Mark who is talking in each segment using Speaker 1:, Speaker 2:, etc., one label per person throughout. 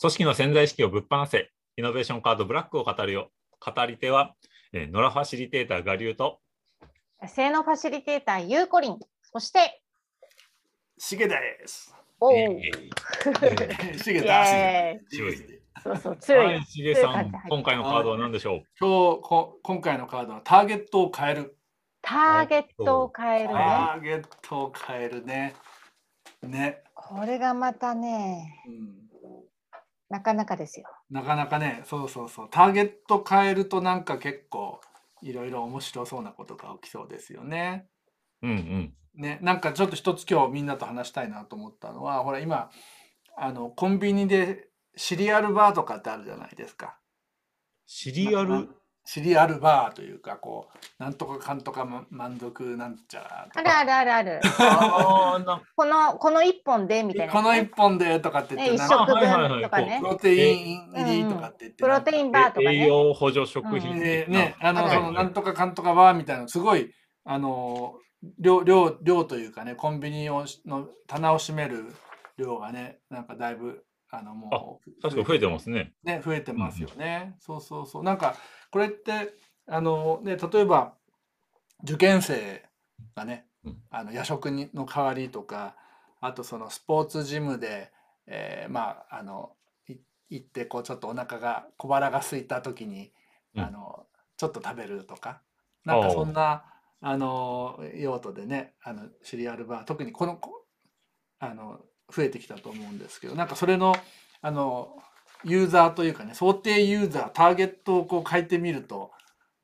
Speaker 1: 組織の潜在意識をぶっ放せ、イノベーションカードブラックを語るよ。語り手は、えー、ノラファシリテーター我流と、
Speaker 2: 性能ファシリテーターゆうこりん、そして、
Speaker 3: しげです。
Speaker 2: おお、
Speaker 1: えー え
Speaker 3: しげ
Speaker 2: イ
Speaker 3: だ。
Speaker 2: エーイ
Speaker 3: しげです
Speaker 2: そうそう、
Speaker 1: ー
Speaker 2: 強い
Speaker 1: は
Speaker 2: よ
Speaker 1: い、。しげさ
Speaker 2: 強い
Speaker 1: ん
Speaker 2: 感じ入っ、て
Speaker 1: 今回のカードは何でしょう
Speaker 3: 今日こ今回のカードはターゲットを変える。
Speaker 2: ターゲットを変える
Speaker 3: タ
Speaker 2: ね。
Speaker 3: ーゲットを変えるね。ね、
Speaker 2: これがまたね、
Speaker 3: うん。
Speaker 2: なかなかですよ。
Speaker 3: なかなかね、そうそうそう。ターゲット変えるとなんか結構いろいろ面白そうなことが起きそうですよね。
Speaker 1: うんうん。
Speaker 3: ね、なんかちょっと一つ今日みんなと話したいなと思ったのは、ほら今あのコンビニでシリアルバーとかってあるじゃないですか。
Speaker 1: シリア
Speaker 3: な
Speaker 1: ル、
Speaker 3: シリアルバーというかこうなんとかかんとかま満足なんちゃ
Speaker 2: あ
Speaker 3: らと
Speaker 2: るあ
Speaker 3: か
Speaker 2: るあるある。
Speaker 1: あーなん
Speaker 2: この、この一本でみたいな、
Speaker 3: この一本でとかって言っ
Speaker 2: ね、
Speaker 3: て
Speaker 2: 一
Speaker 3: なん
Speaker 2: 食
Speaker 3: か
Speaker 2: 分とか
Speaker 1: あはいはいはい
Speaker 2: ね
Speaker 3: プ
Speaker 1: こ。
Speaker 3: ロテイン入りとかって言って
Speaker 2: プ
Speaker 3: な
Speaker 2: ロ
Speaker 3: んか
Speaker 2: テインバーとか
Speaker 1: 栄
Speaker 2: ね。
Speaker 1: 養補助食品
Speaker 3: で
Speaker 1: 的な
Speaker 3: ねあの
Speaker 2: はい
Speaker 3: そのなんとかかんとかバーみたいなすごいあの量量量というかねコンビニをの棚を占める量がねなんかだいぶあのもう
Speaker 1: 確か増えてますね。
Speaker 3: ね、増えてますよね。そうそうそう。なんか、これって、あの、ね、例えば、受験生がね
Speaker 1: うん、
Speaker 3: あの夜食にの代わりとか、あとそのスポーツジムで、えーまあ、あの、い行って、こう、ちょっとお腹が、小腹が空いた時に、
Speaker 1: うん
Speaker 3: あの、ちょっと食べるとか、なん
Speaker 1: あ
Speaker 3: か
Speaker 1: あ
Speaker 3: そんな、あの、用途でね、あの、シリアルバー、特にこの、こあの、増えてきたと思うんですけど、なんかそれの、あの、ユーザーというかね、想定ユーザー、ターゲットをこう変えてみると、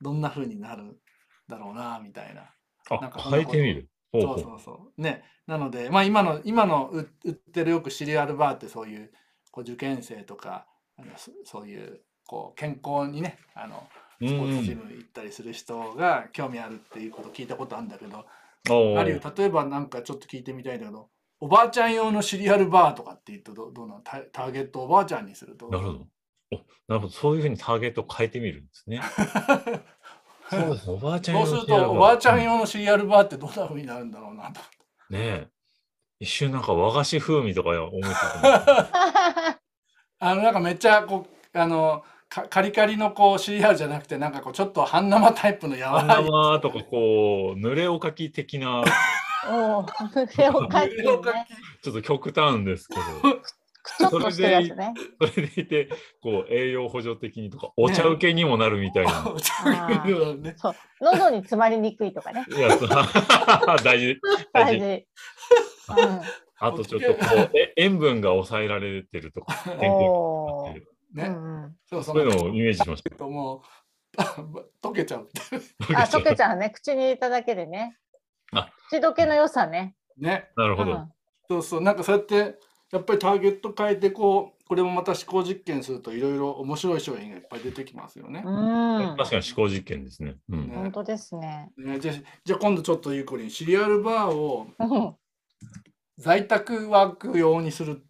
Speaker 3: どんな風になるんだろうな、みたいな。なん
Speaker 1: あ
Speaker 3: か、そん
Speaker 1: 変
Speaker 3: な
Speaker 1: え
Speaker 3: こと
Speaker 1: てみる。ほう
Speaker 3: そう
Speaker 1: ほ
Speaker 3: そうそう。ね。なので、まあ今の、今のう売ってるよくシリアルバーってそういう、こう受験生とか、あのそそういう、こう健康にね、あの、
Speaker 1: う。う
Speaker 3: スポーツジ
Speaker 1: ん。
Speaker 3: ム行ったりする人が興味あるっていうこと聞いたことあるんだけど、
Speaker 1: お
Speaker 3: あるよ
Speaker 1: ー、
Speaker 3: 例えばなんかちょっと聞いてみたいんだけど、おばあちゃん用のシリアルバーとかって言うとどどうなのタターゲットをおばあちゃんにすると。
Speaker 1: なるほど。おなるほど。そういうふうにターゲットを変えてみるんです ね。そうですね。おばあちゃん
Speaker 3: そう
Speaker 1: 用
Speaker 3: す
Speaker 1: のシリ
Speaker 3: る
Speaker 1: アルバー
Speaker 3: と、おばあちゃん用のシリアルバーってどんな風になるんだろうなと。
Speaker 1: ねえ。一瞬なんか和菓子風味とか思いついた
Speaker 3: あの、なんかめっちゃ、こう、あの、かカリカリのこうシリアルじゃなくて、なんかこう、ちょっと半生タイプの柔
Speaker 1: あんな
Speaker 3: らかい。
Speaker 1: まーとかこう、濡れおかき的な、
Speaker 2: おお、それおかしいね。
Speaker 1: ちょっと極端ですけ
Speaker 2: ちょっとしてるやつね。
Speaker 1: ど、それでいて、こう、栄養補助的にとか、お茶受けにもなるみたいな。
Speaker 3: お茶が出るよね
Speaker 2: そう、喉に詰まりにくいとかね。
Speaker 1: いや、そう 大事、大
Speaker 2: 大
Speaker 1: 事。
Speaker 2: 事。
Speaker 1: あとちょっとこう、え塩分が抑えられてるとか、
Speaker 2: う
Speaker 1: 健
Speaker 2: ん、
Speaker 1: 康になって
Speaker 2: お
Speaker 1: る
Speaker 2: ーう
Speaker 3: ね。
Speaker 2: んうん
Speaker 3: そうそ
Speaker 1: そういう
Speaker 3: う。
Speaker 1: のをイメージしまし
Speaker 3: もう、 溶けちゃう。
Speaker 1: た。
Speaker 2: あ、溶けちゃうね。口に入れただけでね
Speaker 1: あ。
Speaker 2: 口どけの良さね。
Speaker 3: ね。
Speaker 1: なるほ
Speaker 2: う
Speaker 1: ど。
Speaker 2: ん
Speaker 3: そうそう、なんかそうやって、やっぱりターゲット変えて、こう、これもまた思考実験すると、いろいろ面白い商品がいっぱい出てきますよね。
Speaker 2: うん。
Speaker 1: 確かに思考実験ですね。うん。
Speaker 2: 本当ですね。
Speaker 3: ねじゃあ、じゃあ今度ちょっとゆうこりん、シリアルバーを
Speaker 2: うん
Speaker 3: 在宅ワーク用にする。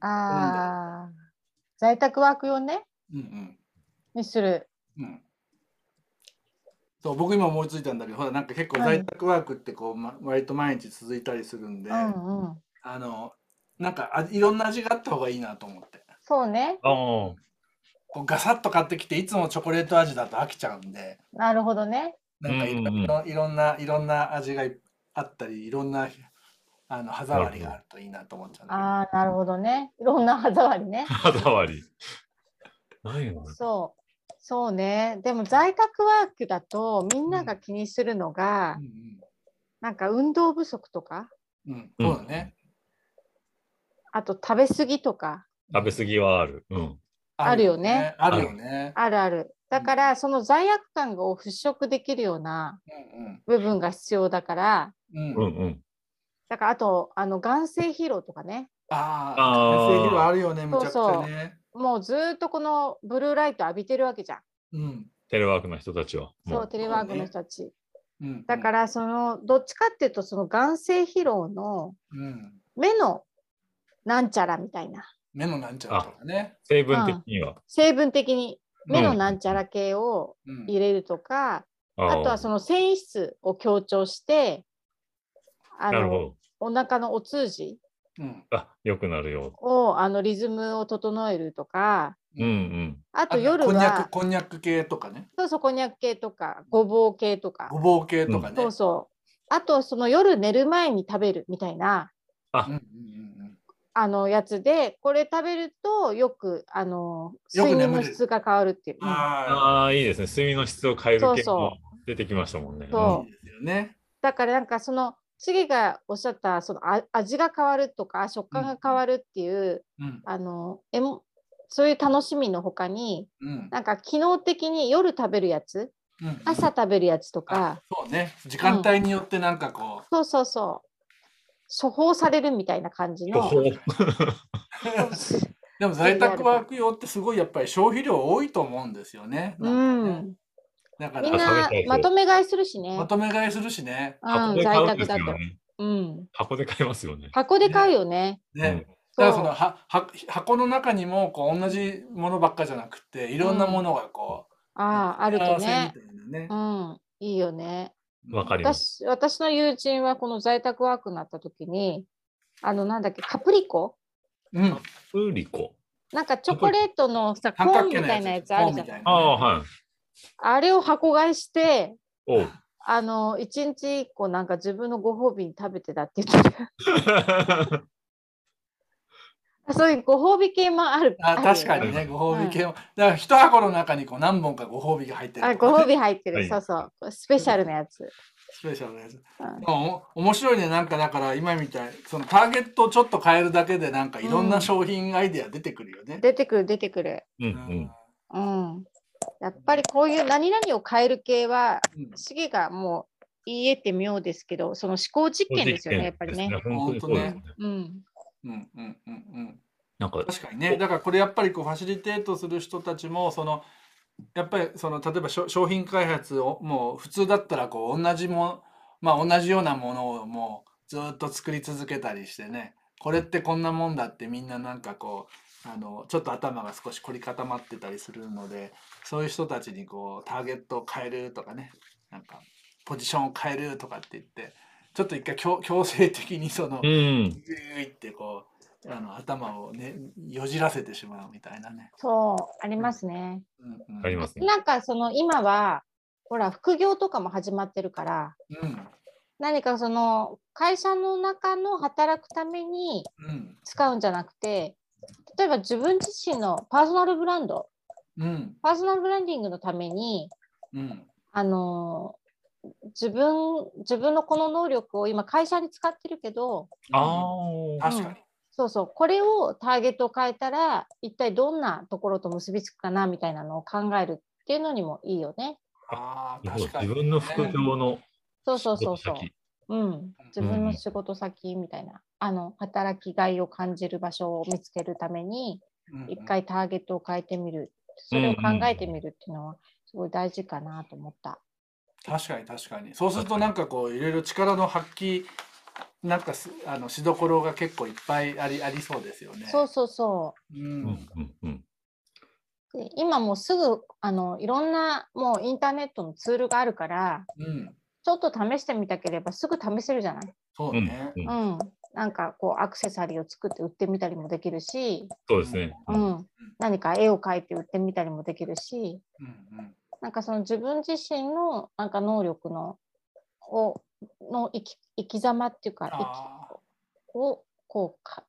Speaker 2: ああ。在宅ワーク用ね。
Speaker 3: うん
Speaker 2: にする。
Speaker 3: うん。うん。そう、僕今思いついたんだけど、ほら、なんか結構在宅ワークって、こう、ま、割と毎日続いたりするんで、
Speaker 2: うんうん。
Speaker 3: あの、なんかあ、いろんな味があった方がいいなと思って。
Speaker 2: そうね。
Speaker 1: あ
Speaker 3: こうガサッと買ってきて、いつもチョコレート味だと飽きちゃうんで、
Speaker 2: なるほどね。
Speaker 3: なんかいろ,、
Speaker 1: うんうんうん
Speaker 3: いろんないろんな味がいあったりいろんなあの歯触りがあるといいなと思っちゃうんだけど
Speaker 2: ああ、なるほどね。いろんな歯触りね。
Speaker 1: あ、 肌触り。ないよね。
Speaker 2: そう。そうね。でも在宅ワークだとみんなが気にするのが、なんか運動不足とか、
Speaker 3: うんうん、うん、そうだね、
Speaker 2: あと食べ過ぎとか
Speaker 1: 食べ過ぎはある。うん。
Speaker 2: あるよね
Speaker 3: あるよね
Speaker 2: あるある。だからその罪悪感を払拭できるような部分が必要だから、
Speaker 3: うんうん
Speaker 1: う
Speaker 3: うんん
Speaker 1: うん。
Speaker 2: だからあとあの眼性疲労とかね、
Speaker 3: あ
Speaker 1: あー
Speaker 3: あ先生広あるよねむちゃくちゃね
Speaker 2: もうずーっとこのブルーライト浴びてるわけじゃん。
Speaker 3: うん
Speaker 1: テレワークの人たちは。も
Speaker 2: そう、テレワークの人たち。
Speaker 3: うん、
Speaker 2: だかららそのどっちかっていうとその眼性疲労の
Speaker 3: うん、
Speaker 2: 目のなんちゃらみたいな
Speaker 3: 目のなんちゃらとかね
Speaker 1: 成分的には。
Speaker 2: 成分的に目の
Speaker 1: うん
Speaker 2: なんちゃら系を
Speaker 3: うん
Speaker 2: 入れるとか、
Speaker 1: あ
Speaker 2: あとはそ
Speaker 1: の。
Speaker 2: の繊維質を強調してあ
Speaker 1: なる
Speaker 2: の
Speaker 1: ほ
Speaker 2: お腹のお通じ
Speaker 3: うん
Speaker 1: あ、良くなるよ。
Speaker 2: をあのリズムを整えるとか
Speaker 1: うんうん。
Speaker 2: あ
Speaker 3: あと
Speaker 2: と夜
Speaker 3: こんにゃ
Speaker 2: は
Speaker 3: くこんにゃく系とかね
Speaker 2: そうそうこんにゃく系とかごぼう系とか
Speaker 3: ごぼう系とかね、
Speaker 2: そうそうあとその夜寝る前に食べるみたいな
Speaker 3: うんうんうんうん
Speaker 2: あのやつでこれ食べるとよくあの
Speaker 3: よく
Speaker 2: 睡
Speaker 3: 眠れる
Speaker 2: 眠の質が変わるっていう、うん
Speaker 3: あ
Speaker 1: ああ、いいですね。睡眠の質を変える
Speaker 2: そう
Speaker 1: 系
Speaker 2: そう
Speaker 1: も出てきましたもんね。
Speaker 3: あ
Speaker 2: そ
Speaker 3: いいですよね
Speaker 2: だからなんかその次がおっしゃったそのあ味が変わるとか食感が変わるっていう、
Speaker 3: うん
Speaker 2: あのえもそういう楽しみのほかに
Speaker 3: うん
Speaker 2: なんか機能的に夜食べるやつ
Speaker 3: うん
Speaker 2: 朝食べるやつとか
Speaker 3: あ、そうね時間帯によってなんかこ
Speaker 2: そうそうそう処方されるみたいな感じ
Speaker 1: うん。
Speaker 2: の
Speaker 1: ほほ
Speaker 3: う、でも在宅ワーク用ってすごいやっぱり消費量多いと思うんですよね。
Speaker 2: う
Speaker 3: なんかね
Speaker 2: ん、
Speaker 1: あ
Speaker 2: みん
Speaker 3: だから
Speaker 1: 食べ
Speaker 2: な
Speaker 1: たい人
Speaker 2: まとめ買いするしね、
Speaker 3: まとめ買いするしね。
Speaker 2: う
Speaker 1: 箱
Speaker 2: ん、
Speaker 1: で
Speaker 2: 在
Speaker 1: 買うんで
Speaker 2: 宅
Speaker 1: す
Speaker 2: だと
Speaker 1: よ、ね。
Speaker 2: うん、
Speaker 1: 箱で買いますよね。
Speaker 2: 箱で買うよね
Speaker 3: ね。
Speaker 2: そ
Speaker 3: だ
Speaker 2: う
Speaker 3: からそのはは箱の中にもこう同じものばっかじゃなくていろんなものがこう、
Speaker 2: ああある
Speaker 3: 合
Speaker 2: と
Speaker 3: わせ
Speaker 2: ね
Speaker 3: みたいなね
Speaker 2: う。んいいよね
Speaker 1: わかります。
Speaker 2: 私私の友人はこの在宅ワークになった時にあのなんだっけカプリコ
Speaker 3: うん。
Speaker 1: プーリコ。
Speaker 2: なんかチョコレートのさコ
Speaker 3: 三
Speaker 2: ーン
Speaker 3: 角
Speaker 2: み
Speaker 3: 形の
Speaker 2: た
Speaker 3: や
Speaker 2: い
Speaker 3: つ。
Speaker 2: なやつあるじゃ
Speaker 3: コーンみた
Speaker 2: ないい
Speaker 1: あ
Speaker 3: な
Speaker 1: あ、はい。
Speaker 2: あれを箱買いして
Speaker 1: お う。
Speaker 2: あの一日一個なんか自分のご褒美に食べてたって言ってた そういうご褒美系もある
Speaker 3: あ
Speaker 2: るよね
Speaker 3: 確かにね、ご褒美系も。だから一箱の中にこう何本かご褒美が入って
Speaker 2: あ
Speaker 3: る。
Speaker 2: ご褒美入ってる、
Speaker 1: はい
Speaker 2: そうそうこれスペシャルなやつ、
Speaker 3: スペシャルなやつ。
Speaker 2: うん
Speaker 3: まあお面白いねなんかだから今みたいそのターゲットをちょっと変えるだけでなんかいろんな商品アイデア出てくるよね。
Speaker 2: 出てくる出てくる
Speaker 1: うんう
Speaker 3: うん
Speaker 1: ん。
Speaker 2: うんやっぱりこういう何々を変える系は
Speaker 3: うん
Speaker 2: シゲがもう言えて妙ですけどその思考実験ですよねやっぱりね。
Speaker 1: 本当にそうですね。
Speaker 2: うん
Speaker 3: うんうんうんうん
Speaker 1: なんか、
Speaker 3: 確かにねだからこれやっぱりこうファシリテートする人たちもそのやっぱりその例えばしょ商品開発をもう普通だったらこう同じもまあ同じようなものをもうずっと作り続けたりしてねこれってこんなもんだってみんななんかこうあのちょっと頭が少し凝り固まってたりするのでそういう人たちにこうターゲットを変えるとかねなんかポジションを変えるとかって言ってちょっと一回強強制的にそ
Speaker 1: う
Speaker 3: の
Speaker 1: ん。
Speaker 3: ビューってこうあの頭をねよじらせてしまうみたいなね。
Speaker 2: そうありますね。
Speaker 3: うんうん
Speaker 1: わかりますね。
Speaker 2: なんかその今はほら副業とかも始まってるから
Speaker 3: うん
Speaker 2: 何かその会社の中の働くために
Speaker 3: うん
Speaker 2: 使うんじゃなくて例えば自分自身のパーソナルブランド
Speaker 3: うん
Speaker 2: パーソナルブランディングのために
Speaker 3: うん
Speaker 2: あの自分自分のこの能力を今会社に使ってるけど
Speaker 1: ああ。
Speaker 3: 確かに。
Speaker 2: そうそう、これをターゲットを変えたら、一体どんなところと結びつくかなみたいなのを考えるっていうのにもいいよね。
Speaker 3: あー
Speaker 1: なるほ
Speaker 3: 確
Speaker 1: ど
Speaker 3: か
Speaker 1: 自
Speaker 3: に
Speaker 1: 分の副業の
Speaker 2: そうそうそう
Speaker 1: 仕
Speaker 2: そう
Speaker 1: 事。先
Speaker 2: うん、自分の仕事先みたいな、あの働きがいを感じる場所を見つけるために、
Speaker 3: うんうん
Speaker 2: 一回ターゲットを変えてみる、それを考えてみるっていうのは、すごい大事かなと思った。
Speaker 3: 確かに確かにそうするとなんかこういろいろ力の発揮なんかすあのしどころが結構いっぱいありありそうですよね。
Speaker 2: そうそうそう。
Speaker 1: う
Speaker 3: う
Speaker 1: んんうんうん。
Speaker 2: で今もうすぐあのいろんなもうインターネットのツールがあるから
Speaker 3: うん
Speaker 2: ちょっと試してみたければすぐ試せるじゃない
Speaker 3: そう
Speaker 1: うん
Speaker 3: ね。
Speaker 1: うん
Speaker 2: うん、なんかこうアクセサリーを作って売ってみたりもできるし、
Speaker 1: そうですね。
Speaker 2: う
Speaker 1: うん
Speaker 2: ん、何か絵を描いて売ってみたりもできるし
Speaker 3: うん
Speaker 2: なんかその自分自身のなんか能力のをの生き生き様っていうか
Speaker 3: あ
Speaker 2: 生きをこうか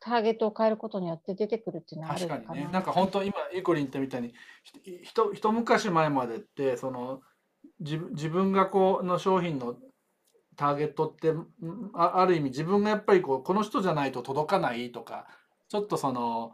Speaker 2: ターゲットを変えることによって出てくるっていうのはある
Speaker 3: 確
Speaker 2: の
Speaker 3: か
Speaker 2: か
Speaker 3: に
Speaker 2: な。
Speaker 3: ねなんか本当今ゆこりん言ったみたいにひひと一昔前までってその自分自分がこうの商品のターゲットってんあある意味自分がやっぱりこうこの人じゃないと届かないとかちょっとその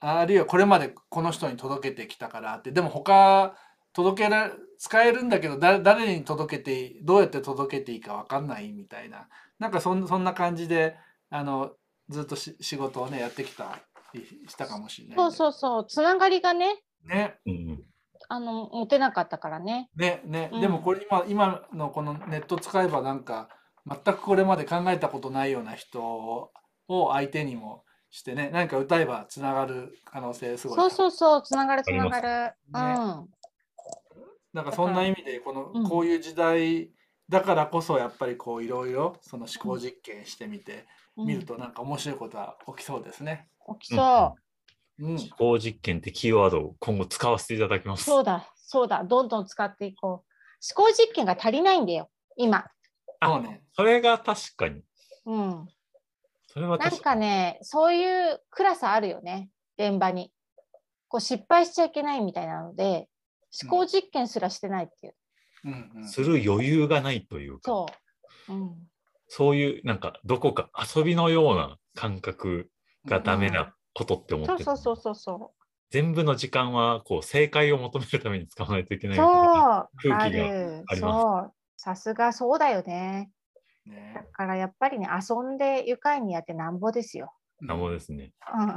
Speaker 3: あるいはこれまでこの人に届けてきたからってでも他届けら使えるんだけどだ誰に届けてどうやって届けていいか分かんないみたいななんかそんそんな感じであのずっとし仕事をねやってきたりしたかもしれないね、
Speaker 2: そうそうそうつながりがね
Speaker 3: ね
Speaker 1: うん
Speaker 2: あの持てなかったからね。
Speaker 3: ねね、
Speaker 2: うん
Speaker 3: でもこれ今今のこのネット使えばなんか全くこれまで考えたことないような人をを相手にもしてね何か歌えばつながる可能性すごい
Speaker 2: そうそうそうつながるつ
Speaker 1: あり
Speaker 2: な
Speaker 1: ます
Speaker 2: がる。うん
Speaker 3: なんかそんな意味でこの、
Speaker 2: うん
Speaker 3: こういう時代だからこそやっぱりこういろいろその思考実験してみて、
Speaker 2: うん
Speaker 3: 見るとなんか面白いことは起きそうですね。
Speaker 2: 起きそう。
Speaker 3: うん、
Speaker 1: 思考実験ってキーワードを今後使わせていただきます。
Speaker 2: そうだ、そうだ、どんどん使っていこう。思考実験が足りないんだよ、今。
Speaker 1: あ
Speaker 3: そうね。
Speaker 1: それが確かに。
Speaker 2: うん。
Speaker 1: それは
Speaker 2: なん
Speaker 1: 確
Speaker 2: かね、そういう暗さあるよね、現場に。こう失敗しちゃいけないみたいなので、思考実験すらしてないっていう。
Speaker 3: うんうん、
Speaker 1: する余裕がないというか、
Speaker 2: そう。うん。
Speaker 1: そういうなんかどこか遊びのような感覚がダメなことって思って
Speaker 2: そう
Speaker 1: る
Speaker 2: そうそうそうそ
Speaker 1: 全部の時間はこう正解を求めるために使わないといけ
Speaker 2: う。
Speaker 1: ない
Speaker 2: そ
Speaker 1: とか
Speaker 2: う、あ
Speaker 1: 空気が
Speaker 2: る
Speaker 1: あ。ります
Speaker 2: そう。さすがそうだよね。だ
Speaker 3: ね。
Speaker 2: からやっぱりね、遊んで愉快にやってなんぼですよ。
Speaker 1: なものですね。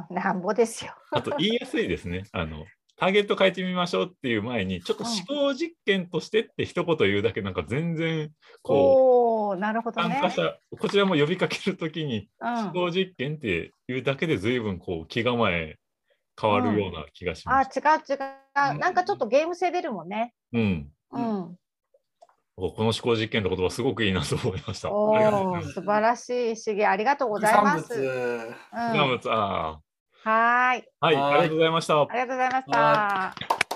Speaker 2: うん、なんぼですよ。
Speaker 1: あと言いやすいですね。 あのターゲット変えてみましょうっていう前にちょっと思考実験としてって一言言うだけなんか全然こ
Speaker 2: おおーなるほ
Speaker 1: う
Speaker 2: ど
Speaker 1: 参
Speaker 2: ね
Speaker 1: 加。者こちらも呼びかけるときに
Speaker 2: う
Speaker 1: 思
Speaker 2: ん。
Speaker 1: 考実験っていうだけで随分こう気構え変わるような気がしま
Speaker 2: あ
Speaker 1: す。
Speaker 2: 違う違う、
Speaker 3: ん
Speaker 2: なんかちょっとゲーム性出るもんね。
Speaker 1: うん。
Speaker 2: う
Speaker 3: うんん、
Speaker 1: おこの思考実験の言葉すごくいいなと思いました。ありがとうご
Speaker 2: お
Speaker 1: ざ
Speaker 2: お
Speaker 1: います
Speaker 2: 素晴らしいしげありがとうございます。うん、
Speaker 3: 物
Speaker 1: ガムツあ
Speaker 2: はーい
Speaker 1: ーはい、
Speaker 3: は
Speaker 1: ありが
Speaker 3: い
Speaker 1: とうございました
Speaker 2: あ。りがとうございまし
Speaker 3: は
Speaker 2: た。